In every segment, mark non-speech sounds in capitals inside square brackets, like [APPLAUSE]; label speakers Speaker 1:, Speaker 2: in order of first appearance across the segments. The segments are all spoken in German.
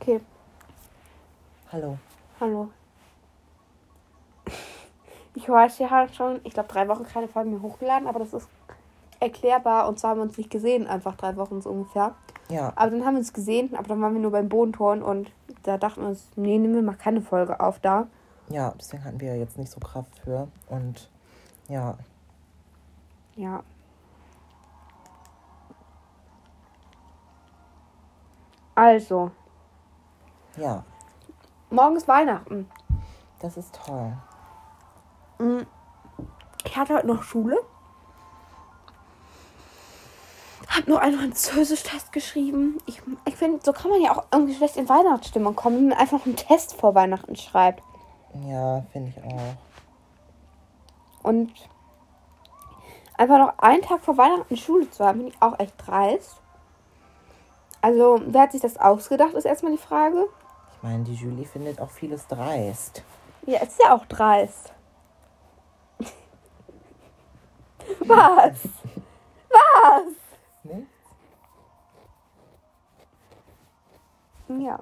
Speaker 1: Okay,
Speaker 2: Hallo.
Speaker 1: hallo. Ich weiß, wir haben schon, ich glaube, drei Wochen keine Folge mehr hochgeladen, aber das ist erklärbar. Und zwar haben wir uns nicht gesehen, einfach drei Wochen so ungefähr.
Speaker 2: Ja,
Speaker 1: Aber dann haben wir uns gesehen, aber dann waren wir nur beim Bodenton und da dachten wir uns, nee, nehmen wir mal keine Folge auf da.
Speaker 2: ja, deswegen hatten wir jetzt nicht so Kraft für. Und ja,
Speaker 1: Ja. Also,
Speaker 2: ja,
Speaker 1: morgen ist Weihnachten.
Speaker 2: das ist toll.
Speaker 1: Mm. Ich hatte heute noch Schule. Hab noch einen Französisch-Test geschrieben. Ich, ich finde, so kann man ja auch irgendwie schlecht in Weihnachtsstimmung kommen, wenn man einfach einen Test vor Weihnachten schreibt.
Speaker 2: Ja, finde ich auch.
Speaker 1: Und einfach noch einen Tag vor Weihnachten Schule zu haben, finde ich auch echt dreist. Also, wer hat sich das ausgedacht, ist erstmal die Frage.
Speaker 2: Ich meine, die Julie findet auch vieles dreist.
Speaker 1: Ja, ist ja auch dreist. [LAUGHS] Was? Was?
Speaker 2: Ne?
Speaker 1: Ja.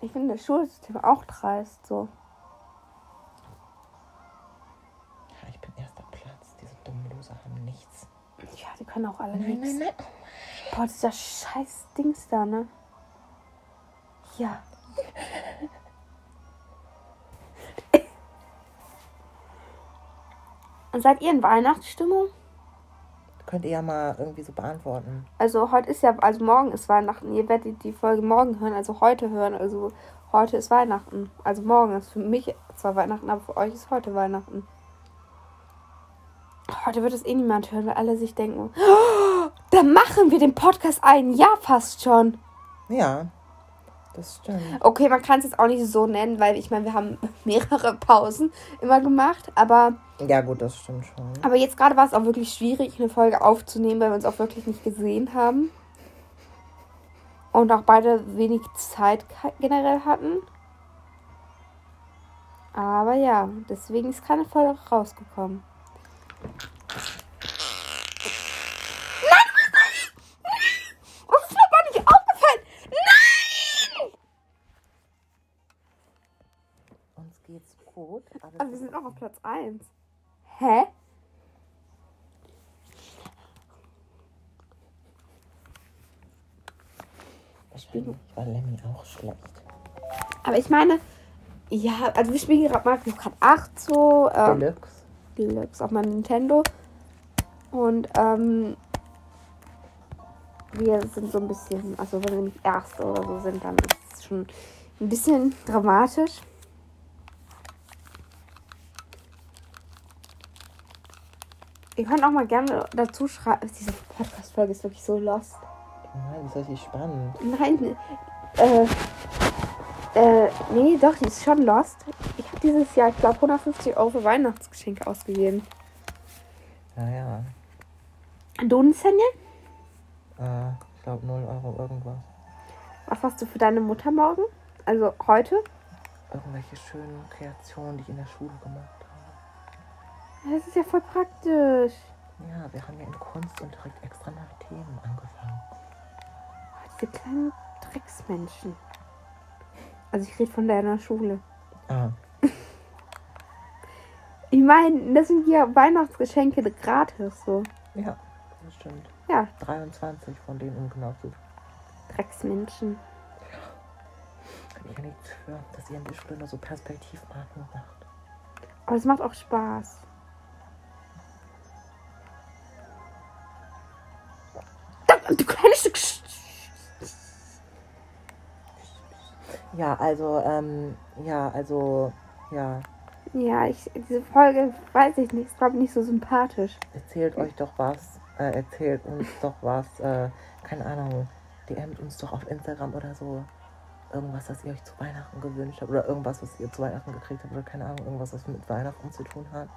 Speaker 1: Ich finde das Schulsystem auch dreist so.
Speaker 2: Ja, ich bin erster Platz. Diese dummen Loser haben nichts.
Speaker 1: Ja, die können auch alle nichts. Boah, dieser scheiß Dings da, ne? Ja. [LAUGHS] Und seid ihr in Weihnachtsstimmung?
Speaker 2: Könnt ihr ja mal irgendwie so beantworten.
Speaker 1: Also heute ist ja, also morgen ist Weihnachten. Ihr werdet die Folge morgen hören, also heute hören. Also heute ist Weihnachten. Also morgen ist für mich zwar Weihnachten, aber für euch ist heute Weihnachten. Heute wird es eh niemand hören, weil alle sich denken, [GASPS] "Oh, dann machen wir den Podcast ein Jahr fast schon.
Speaker 2: Ja, das stimmt.
Speaker 1: Okay, man kann es jetzt auch nicht so nennen, weil ich meine, wir haben [LAUGHS] mehrere Pausen immer gemacht. Aber,
Speaker 2: Ja, gut, das stimmt schon.
Speaker 1: aber jetzt gerade war es auch wirklich schwierig, eine Folge aufzunehmen, weil wir uns auch wirklich nicht gesehen haben. Und auch beide wenig Zeit ka- generell hatten. Aber ja, deswegen ist keine Folge rausgekommen. Nein, das ist mir gar nicht aufgefallen.
Speaker 2: Uns geht's gut, aber
Speaker 1: Aber Also, wir sind noch auf Platz 1. Hä?
Speaker 2: wahrscheinlich war Lemmy auch schlecht.
Speaker 1: Aber ich meine, ja, also wir spielen gerade Mario Kart 8 so, ähm,
Speaker 2: Deluxe.
Speaker 1: Deluxe auf meinem Nintendo. Und ähm, wir sind so ein bisschen, also wenn wir nicht Erste oder so sind, dann ist es schon ein bisschen dramatisch. Ihr könnt auch mal gerne dazu schreiben. Diese Podcast-Folge ist wirklich so lost.
Speaker 2: Nein, das ist richtig spannend.
Speaker 1: Nein, äh, äh, nee, doch, die ist schon lost. Ich habe dieses Jahr, ich glaube, 150 Euro für Weihnachtsgeschenke ausgegeben.
Speaker 2: Naja,
Speaker 1: Du und Senja,
Speaker 2: äh, ich glaube 0 Euro irgendwas.
Speaker 1: was machst du für deine Mutter morgen? Also heute?
Speaker 2: Irgendwelche schönen Kreationen, die ich in der Schule gemacht habe.
Speaker 1: Das ist ja voll praktisch.
Speaker 2: Ja, wir haben ja im Kunstunterricht extra nach Themen angefangen.
Speaker 1: Oh, diese kleinen Drecksmenschen. Also ich rede von deiner Schule.
Speaker 2: Ah,
Speaker 1: Ich meine, das sind ja Weihnachtsgeschenke gratis so.
Speaker 2: ja, das stimmt.
Speaker 1: Ja,
Speaker 2: 23 von denen, um genau zu
Speaker 1: Drecksmenschen.
Speaker 2: Kann ich ja nichts für, dass ihr in der Schule nur so Perspektivmarken macht.
Speaker 1: Aber es macht auch Spaß. Du kleines Stück. Sch-
Speaker 2: Ja, also, ähm, ja, also, ja,
Speaker 1: Ja, ich, diese Folge weiß ich nicht. Ist, glaube ich, nicht so sympathisch.
Speaker 2: erzählt euch doch was, äh, erzählt uns doch was, äh, keine Ahnung, DMt uns doch auf Instagram oder so. Irgendwas, das ihr euch zu Weihnachten gewünscht habt oder irgendwas, was ihr zu Weihnachten gekriegt habt oder keine Ahnung, irgendwas, was mit Weihnachten zu tun hat.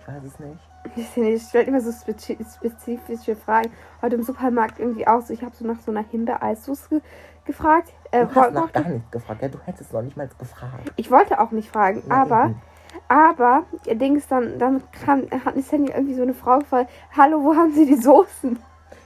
Speaker 2: Ich weiß es nicht.
Speaker 1: Ich stelle immer so spezi- spezifische Fragen. Heute im Supermarkt irgendwie auch so. Ich habe so nach so einer Himbeereissauce ge gefragt. Äh,
Speaker 2: Du hast
Speaker 1: wollte
Speaker 2: noch
Speaker 1: auch-
Speaker 2: gar nicht gefragt, ja? Du hättest noch nicht mal gefragt.
Speaker 1: ich wollte auch nicht fragen,
Speaker 2: Ja,
Speaker 1: aber.
Speaker 2: eben.
Speaker 1: Aber, ihr Dings, dann, dann kam, hat Miss Sandy irgendwie so eine Frau gefragt, hallo, wo haben Sie die Soßen?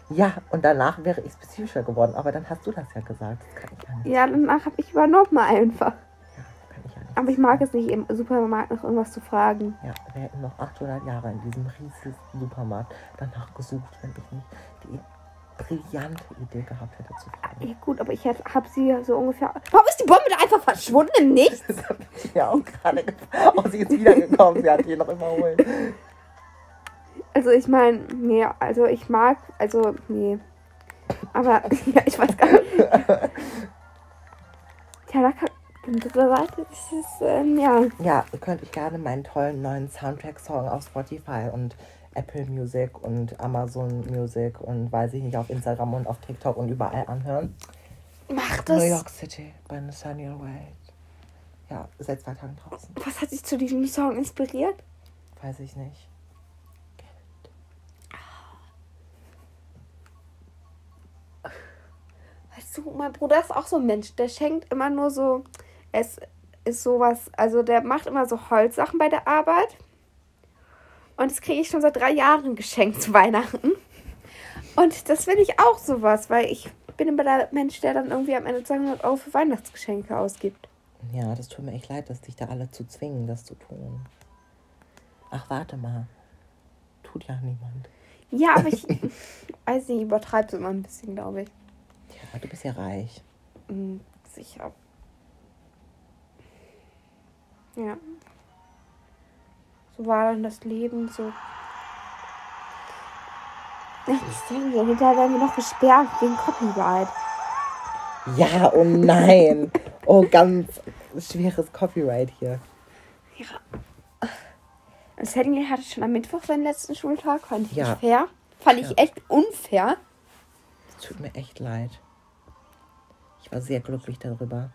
Speaker 2: Ja, und danach wäre ich spezifischer geworden, aber dann hast du das ja gesagt. Das kann ich ja nicht.
Speaker 1: Ja, danach habe ich übernommen einfach.
Speaker 2: Ja, kann ich ja nicht.
Speaker 1: Aber ich mag es nicht, im Supermarkt noch irgendwas zu fragen.
Speaker 2: Ja, wir hätten noch 800 Jahre in diesem riesigen Supermarkt danach gesucht, wenn ich nicht die brillante Idee gehabt hätte zu fragen.
Speaker 1: Ja gut, aber ich habe sie so ungefähr... Warum ist die Bombe denn einfach verschwunden im Nichts?
Speaker 2: [LAUGHS] Das habe ich mir auch gerade gefragt. Oh, sie ist wiedergekommen, sie hat ihn noch immer holen.
Speaker 1: Also ich meine, nee, also ich mag, also nee. Aber [LAUGHS] ja, ich weiß gar [LAUGHS] nicht. Tja, da kann, dritte Seite das ist, ähm, ja.
Speaker 2: Ja, ihr könnt euch gerne meinen tollen neuen Soundtrack-Song auf Spotify und Apple Music und Amazon Music und weiß ich nicht, auf Instagram und auf TikTok und überall anhören.
Speaker 1: Mach
Speaker 2: New
Speaker 1: das.
Speaker 2: York City bei Nathaniel Wade. Ja, seit zwei Tagen draußen.
Speaker 1: Was hat dich zu diesem Song inspiriert?
Speaker 2: Weiß ich nicht.
Speaker 1: Weißt du, mein Bruder ist auch so ein Mensch. Der schenkt immer nur so. Es ist sowas. Also, der macht immer so Holzsachen bei der Arbeit. Und das kriege ich schon seit drei Jahren geschenkt zu Weihnachten. Und das finde ich auch sowas, weil ich bin immer der Mensch, der dann irgendwie am Ende 200 Euro für Weihnachtsgeschenke ausgibt.
Speaker 2: Ja, das tut mir echt leid, dass dich da alle zu zwingen, das zu tun. Ach, warte mal. Tut ja niemand.
Speaker 1: Ja, aber ich. weiß nicht, übertreibe es immer ein bisschen, glaube ich.
Speaker 2: Ja, du bist ja reich.
Speaker 1: Mm, Sicher. Ja. So war dann das Leben so. Ja, Ich denke, hinterher werden wir noch gesperrt wegen Copyright.
Speaker 2: Ja, oh nein. Oh, ganz schweres Copyright hier.
Speaker 1: Ja. Das hätten wir hatte schon am Mittwoch seinen letzten Schultag, fand ich
Speaker 2: Ja.
Speaker 1: nicht fair. Fand ich
Speaker 2: Ja.
Speaker 1: echt unfair.
Speaker 2: Es tut mir echt leid. Ich war sehr glücklich darüber.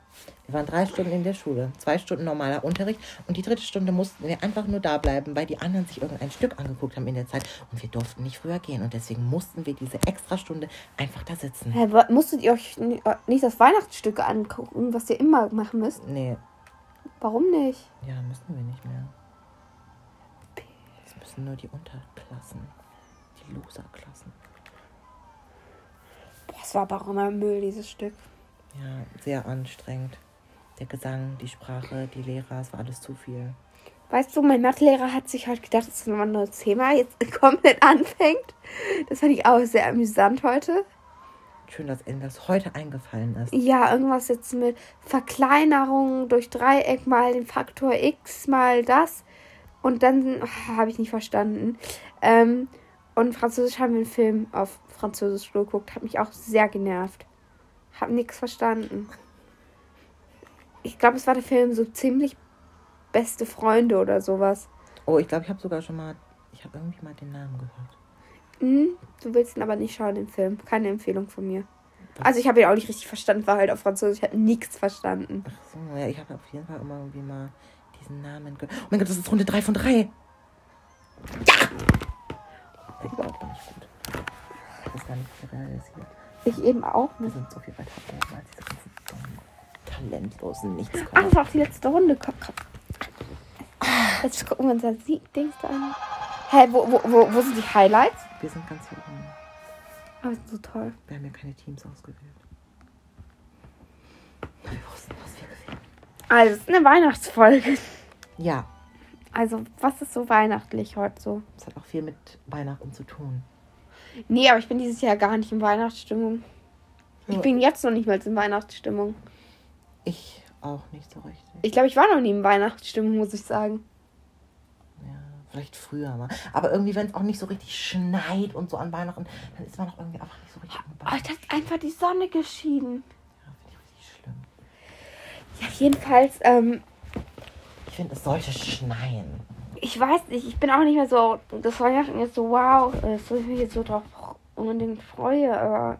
Speaker 2: Wir waren drei Stunden in der Schule, zwei Stunden normaler Unterricht und die dritte Stunde mussten wir einfach nur da bleiben, weil die anderen sich irgendein Stück angeguckt haben in der Zeit und wir durften nicht früher gehen und deswegen mussten wir diese extra Stunde einfach da sitzen.
Speaker 1: Hä, wa- musstet ihr euch ni- äh, nicht das Weihnachtsstück angucken, was ihr immer machen müsst?
Speaker 2: Nee,
Speaker 1: Warum nicht?
Speaker 2: ja, müssen wir nicht mehr. Das müssen nur die Unterklassen, die Loserklassen.
Speaker 1: Boah, es war aber auch immer Müll, dieses Stück.
Speaker 2: Ja, sehr anstrengend. Der Gesang, die Sprache, die Lehrer, es war alles zu viel.
Speaker 1: Weißt du, mein Mathelehrer hat sich heute gedacht, dass ein neues Thema jetzt [LAUGHS] komplett anfängt. Das fand ich auch sehr amüsant heute.
Speaker 2: Schön, dass Ihnen das heute eingefallen ist.
Speaker 1: Ja, irgendwas jetzt mit Verkleinerung durch Dreieck mal den Faktor x mal das. Und dann ah, habe ich nicht verstanden. Ähm, und Französisch haben wir einen Film auf Französisch geguckt. Hat mich auch sehr genervt. Hab nichts verstanden. Ich glaube, es war der Film so ziemlich beste Freunde oder sowas.
Speaker 2: Oh, ich glaube, ich habe sogar schon mal, ich habe irgendwie mal den Namen gehört.
Speaker 1: Mhm, du willst ihn aber nicht schauen, den Film. Keine Empfehlung von mir. Also ich habe ihn auch nicht richtig verstanden, war halt auf Französisch, ich habe nichts verstanden.
Speaker 2: Ach so, ja, ich habe auf jeden Fall immer irgendwie mal diesen Namen gehört. Oh mein Gott, das ist Runde 3 von 3. Ja! Ich glaube, das war nicht gut. Das ist gar nicht realisiert.
Speaker 1: Ich eben auch
Speaker 2: Wir
Speaker 1: nicht.
Speaker 2: sind so viel weiter oben als diese ganzen dummen, talentlosen Nichts.
Speaker 1: Ach, das war auch die letzte Runde. Komm, komm. Jetzt gucken wir uns das Sieg-Dings da an. Hä, wo, wo, wo, wo sind die Highlights?
Speaker 2: Wir sind ganz hier oben.
Speaker 1: Aber sind so toll.
Speaker 2: Wir haben ja keine Teams ausgewählt. Aber wir wussten, was wir gewählt haben.
Speaker 1: Also, es ist eine Weihnachtsfolge.
Speaker 2: Ja,
Speaker 1: Also, was ist so weihnachtlich heute so?
Speaker 2: es hat auch viel mit Weihnachten zu tun.
Speaker 1: Nee, aber ich bin dieses Jahr gar nicht in Weihnachtsstimmung. Ich
Speaker 2: Ja.
Speaker 1: bin jetzt noch nicht mal in Weihnachtsstimmung.
Speaker 2: Ich auch nicht so richtig.
Speaker 1: Ich glaube, ich war noch nie in Weihnachtsstimmung, muss ich sagen.
Speaker 2: Ja, vielleicht früher mal. Aber irgendwie, wenn es auch nicht so richtig schneit und so an Weihnachten, dann ist man auch irgendwie einfach nicht so richtig
Speaker 1: Oh,
Speaker 2: angebaut.
Speaker 1: da ist einfach die Sonne geschieden.
Speaker 2: Ja, finde ich richtig schlimm.
Speaker 1: Ja, jedenfalls, ähm,
Speaker 2: Ich finde, es sollte schneien.
Speaker 1: ich weiß nicht, ich bin auch nicht mehr so, das Weihnachten jetzt so, wow, äh, so ich mich jetzt so drauf unbedingt freue, aber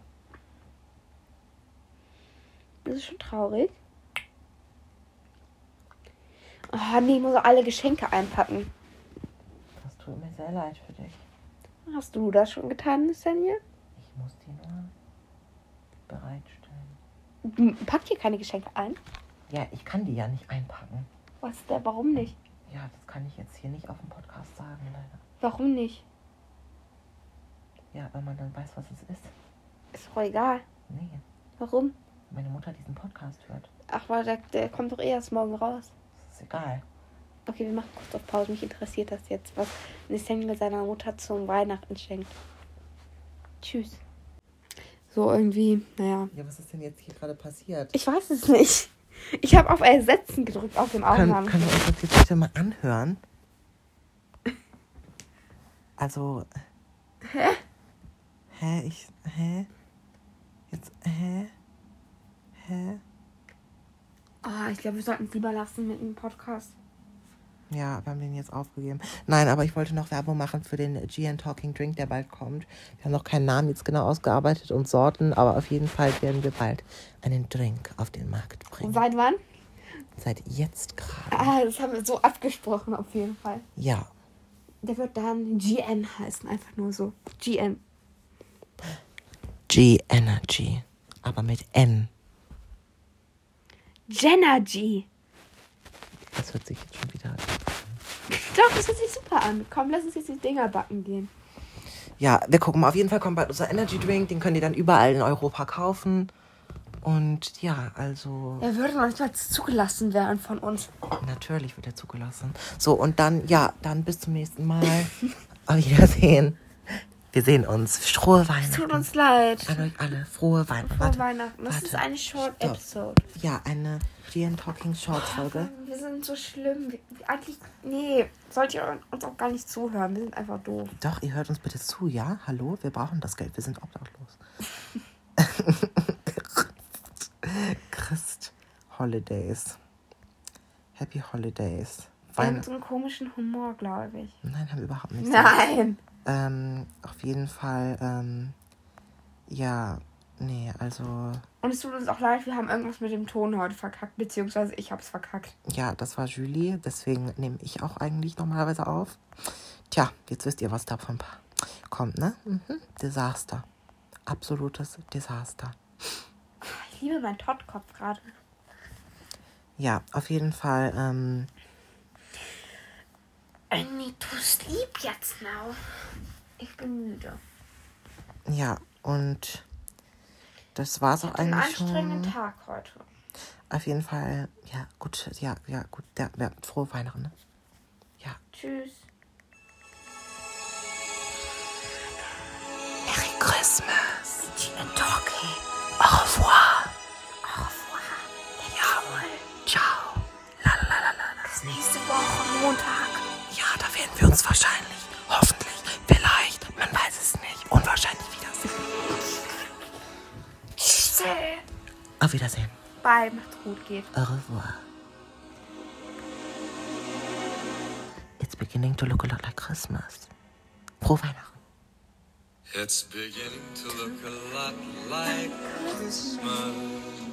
Speaker 1: das ist schon traurig. Oh, nee, ich muss auch alle Geschenke einpacken.
Speaker 2: Das tut mir sehr leid für dich.
Speaker 1: Hast du das schon getan, Nathaniel?
Speaker 2: Ich muss die nur bereitstellen.
Speaker 1: Du Packt ihr keine Geschenke ein?
Speaker 2: Ja, ich kann die ja nicht einpacken.
Speaker 1: Was der, warum nicht?
Speaker 2: Ja, das kann ich jetzt hier nicht auf dem Podcast sagen, leider.
Speaker 1: Warum nicht?
Speaker 2: Ja, wenn man dann weiß, was es ist.
Speaker 1: Ist doch egal.
Speaker 2: Nee,
Speaker 1: Warum?
Speaker 2: meine Mutter diesen Podcast hört.
Speaker 1: Ach, aber der, der kommt doch eh erst morgen raus.
Speaker 2: Das ist egal.
Speaker 1: Okay, wir machen kurz auf Pause. Mich interessiert das jetzt, was Nathaniel seiner Mutter zum Weihnachten schenkt. Tschüss. So irgendwie, naja.
Speaker 2: Ja, was ist denn jetzt hier gerade passiert?
Speaker 1: Ich weiß es nicht. Ich habe auf Ersetzen gedrückt auf dem
Speaker 2: Können,
Speaker 1: Aufnahmen.
Speaker 2: können wir uns das jetzt bitte mal anhören? [LAUGHS] Also. Hä? Hä? Ich. Hä? Jetzt. Hä? Hä?
Speaker 1: Ah, ich glaube, wir sollten es lieber lassen mit dem Podcast.
Speaker 2: Ja, wir haben den jetzt aufgegeben. Nein, aber ich wollte noch Werbung machen für den GN Talking Drink, der bald kommt. Wir haben noch keinen Namen jetzt genau ausgearbeitet und Sorten, aber auf jeden Fall werden wir bald einen Drink auf den Markt bringen.
Speaker 1: Seit wann?
Speaker 2: Seit jetzt gerade.
Speaker 1: Ah, das haben wir so abgesprochen auf jeden Fall.
Speaker 2: Ja.
Speaker 1: Der wird dann GN heißen, einfach nur so. GN.
Speaker 2: G Energy. Aber mit N.
Speaker 1: Genergy.
Speaker 2: Das hört sich jetzt schon wieder an.
Speaker 1: Doch, das hört sich super an. Komm, lass uns jetzt die Dinger backen gehen.
Speaker 2: Ja, wir gucken mal. Auf jeden Fall kommt bald unser Energy Drink. Den könnt ihr dann überall in Europa kaufen. Und ja, also
Speaker 1: Er würde noch nicht mal zugelassen werden von uns.
Speaker 2: natürlich wird er zugelassen. So, und dann, ja, dann bis zum nächsten Mal. Auf Wiedersehen. Wir sehen uns. Frohe
Speaker 1: Tut
Speaker 2: Weihnachten.
Speaker 1: uns leid.
Speaker 2: An euch alle. Frohe Weihnachten.
Speaker 1: Vor
Speaker 2: Warte,
Speaker 1: Weihnachten. Das ist
Speaker 2: warte.
Speaker 1: eine Short
Speaker 2: Stopp.
Speaker 1: Episode. Ähm,
Speaker 2: Ja, eine GN Talking Short Folge.
Speaker 1: Wir sind so schlimm. Wir, wir- eigentlich, nee, sollt ihr uns auch gar nicht zuhören. Wir sind einfach doof.
Speaker 2: Doch, ihr hört uns bitte zu, ja? Hallo, wir brauchen das Geld. Wir sind obdachlos. Christ. Holidays. Happy Holidays.
Speaker 1: Wir haben
Speaker 2: Weihnachten.
Speaker 1: so einen komischen Humor, glaube ich.
Speaker 2: Nein, haben wir überhaupt nichts.
Speaker 1: Nein.
Speaker 2: Ähm, auf jeden Fall, ähm, ja, nee, also,
Speaker 1: Und es tut uns auch leid, wir haben irgendwas mit dem Ton heute verkackt, beziehungsweise ich hab's verkackt.
Speaker 2: ja, das war Julie, deswegen nehme ich auch eigentlich normalerweise auf. Tja, jetzt wisst ihr, was davon pa- kommt, ne? Mhm. Desaster. Absolutes Desaster.
Speaker 1: Ich liebe meinen Tottkopf gerade.
Speaker 2: Ja, auf jeden Fall, ähm,
Speaker 1: I need to sleep jetzt now. Ich bin müde.
Speaker 2: ja, und das war's auch
Speaker 1: Einen
Speaker 2: eigentlich
Speaker 1: anstrengenden
Speaker 2: schon.
Speaker 1: Tag heute.
Speaker 2: Auf jeden Fall, ja, gut, ja, ja, gut, ja, ja, frohe Weihnachten, ne? Ja.
Speaker 1: Tschüss.
Speaker 2: Merry Christmas. and Talking. Au revoir. Au revoir. Jawohl. Ciao. La la la la. Bis nächste Woche Montag. Ja, da werden wir uns wahrscheinlich, hoffentlich, vielleicht, man weiß es nicht, unwahrscheinlich wiedersehen. Auf Wiedersehen.
Speaker 1: Bye, macht's gut, geht.
Speaker 2: Au revoir. It's beginning to look a lot like Christmas. Frohe Weihnachten.
Speaker 3: It's beginning to look a lot like Christmas.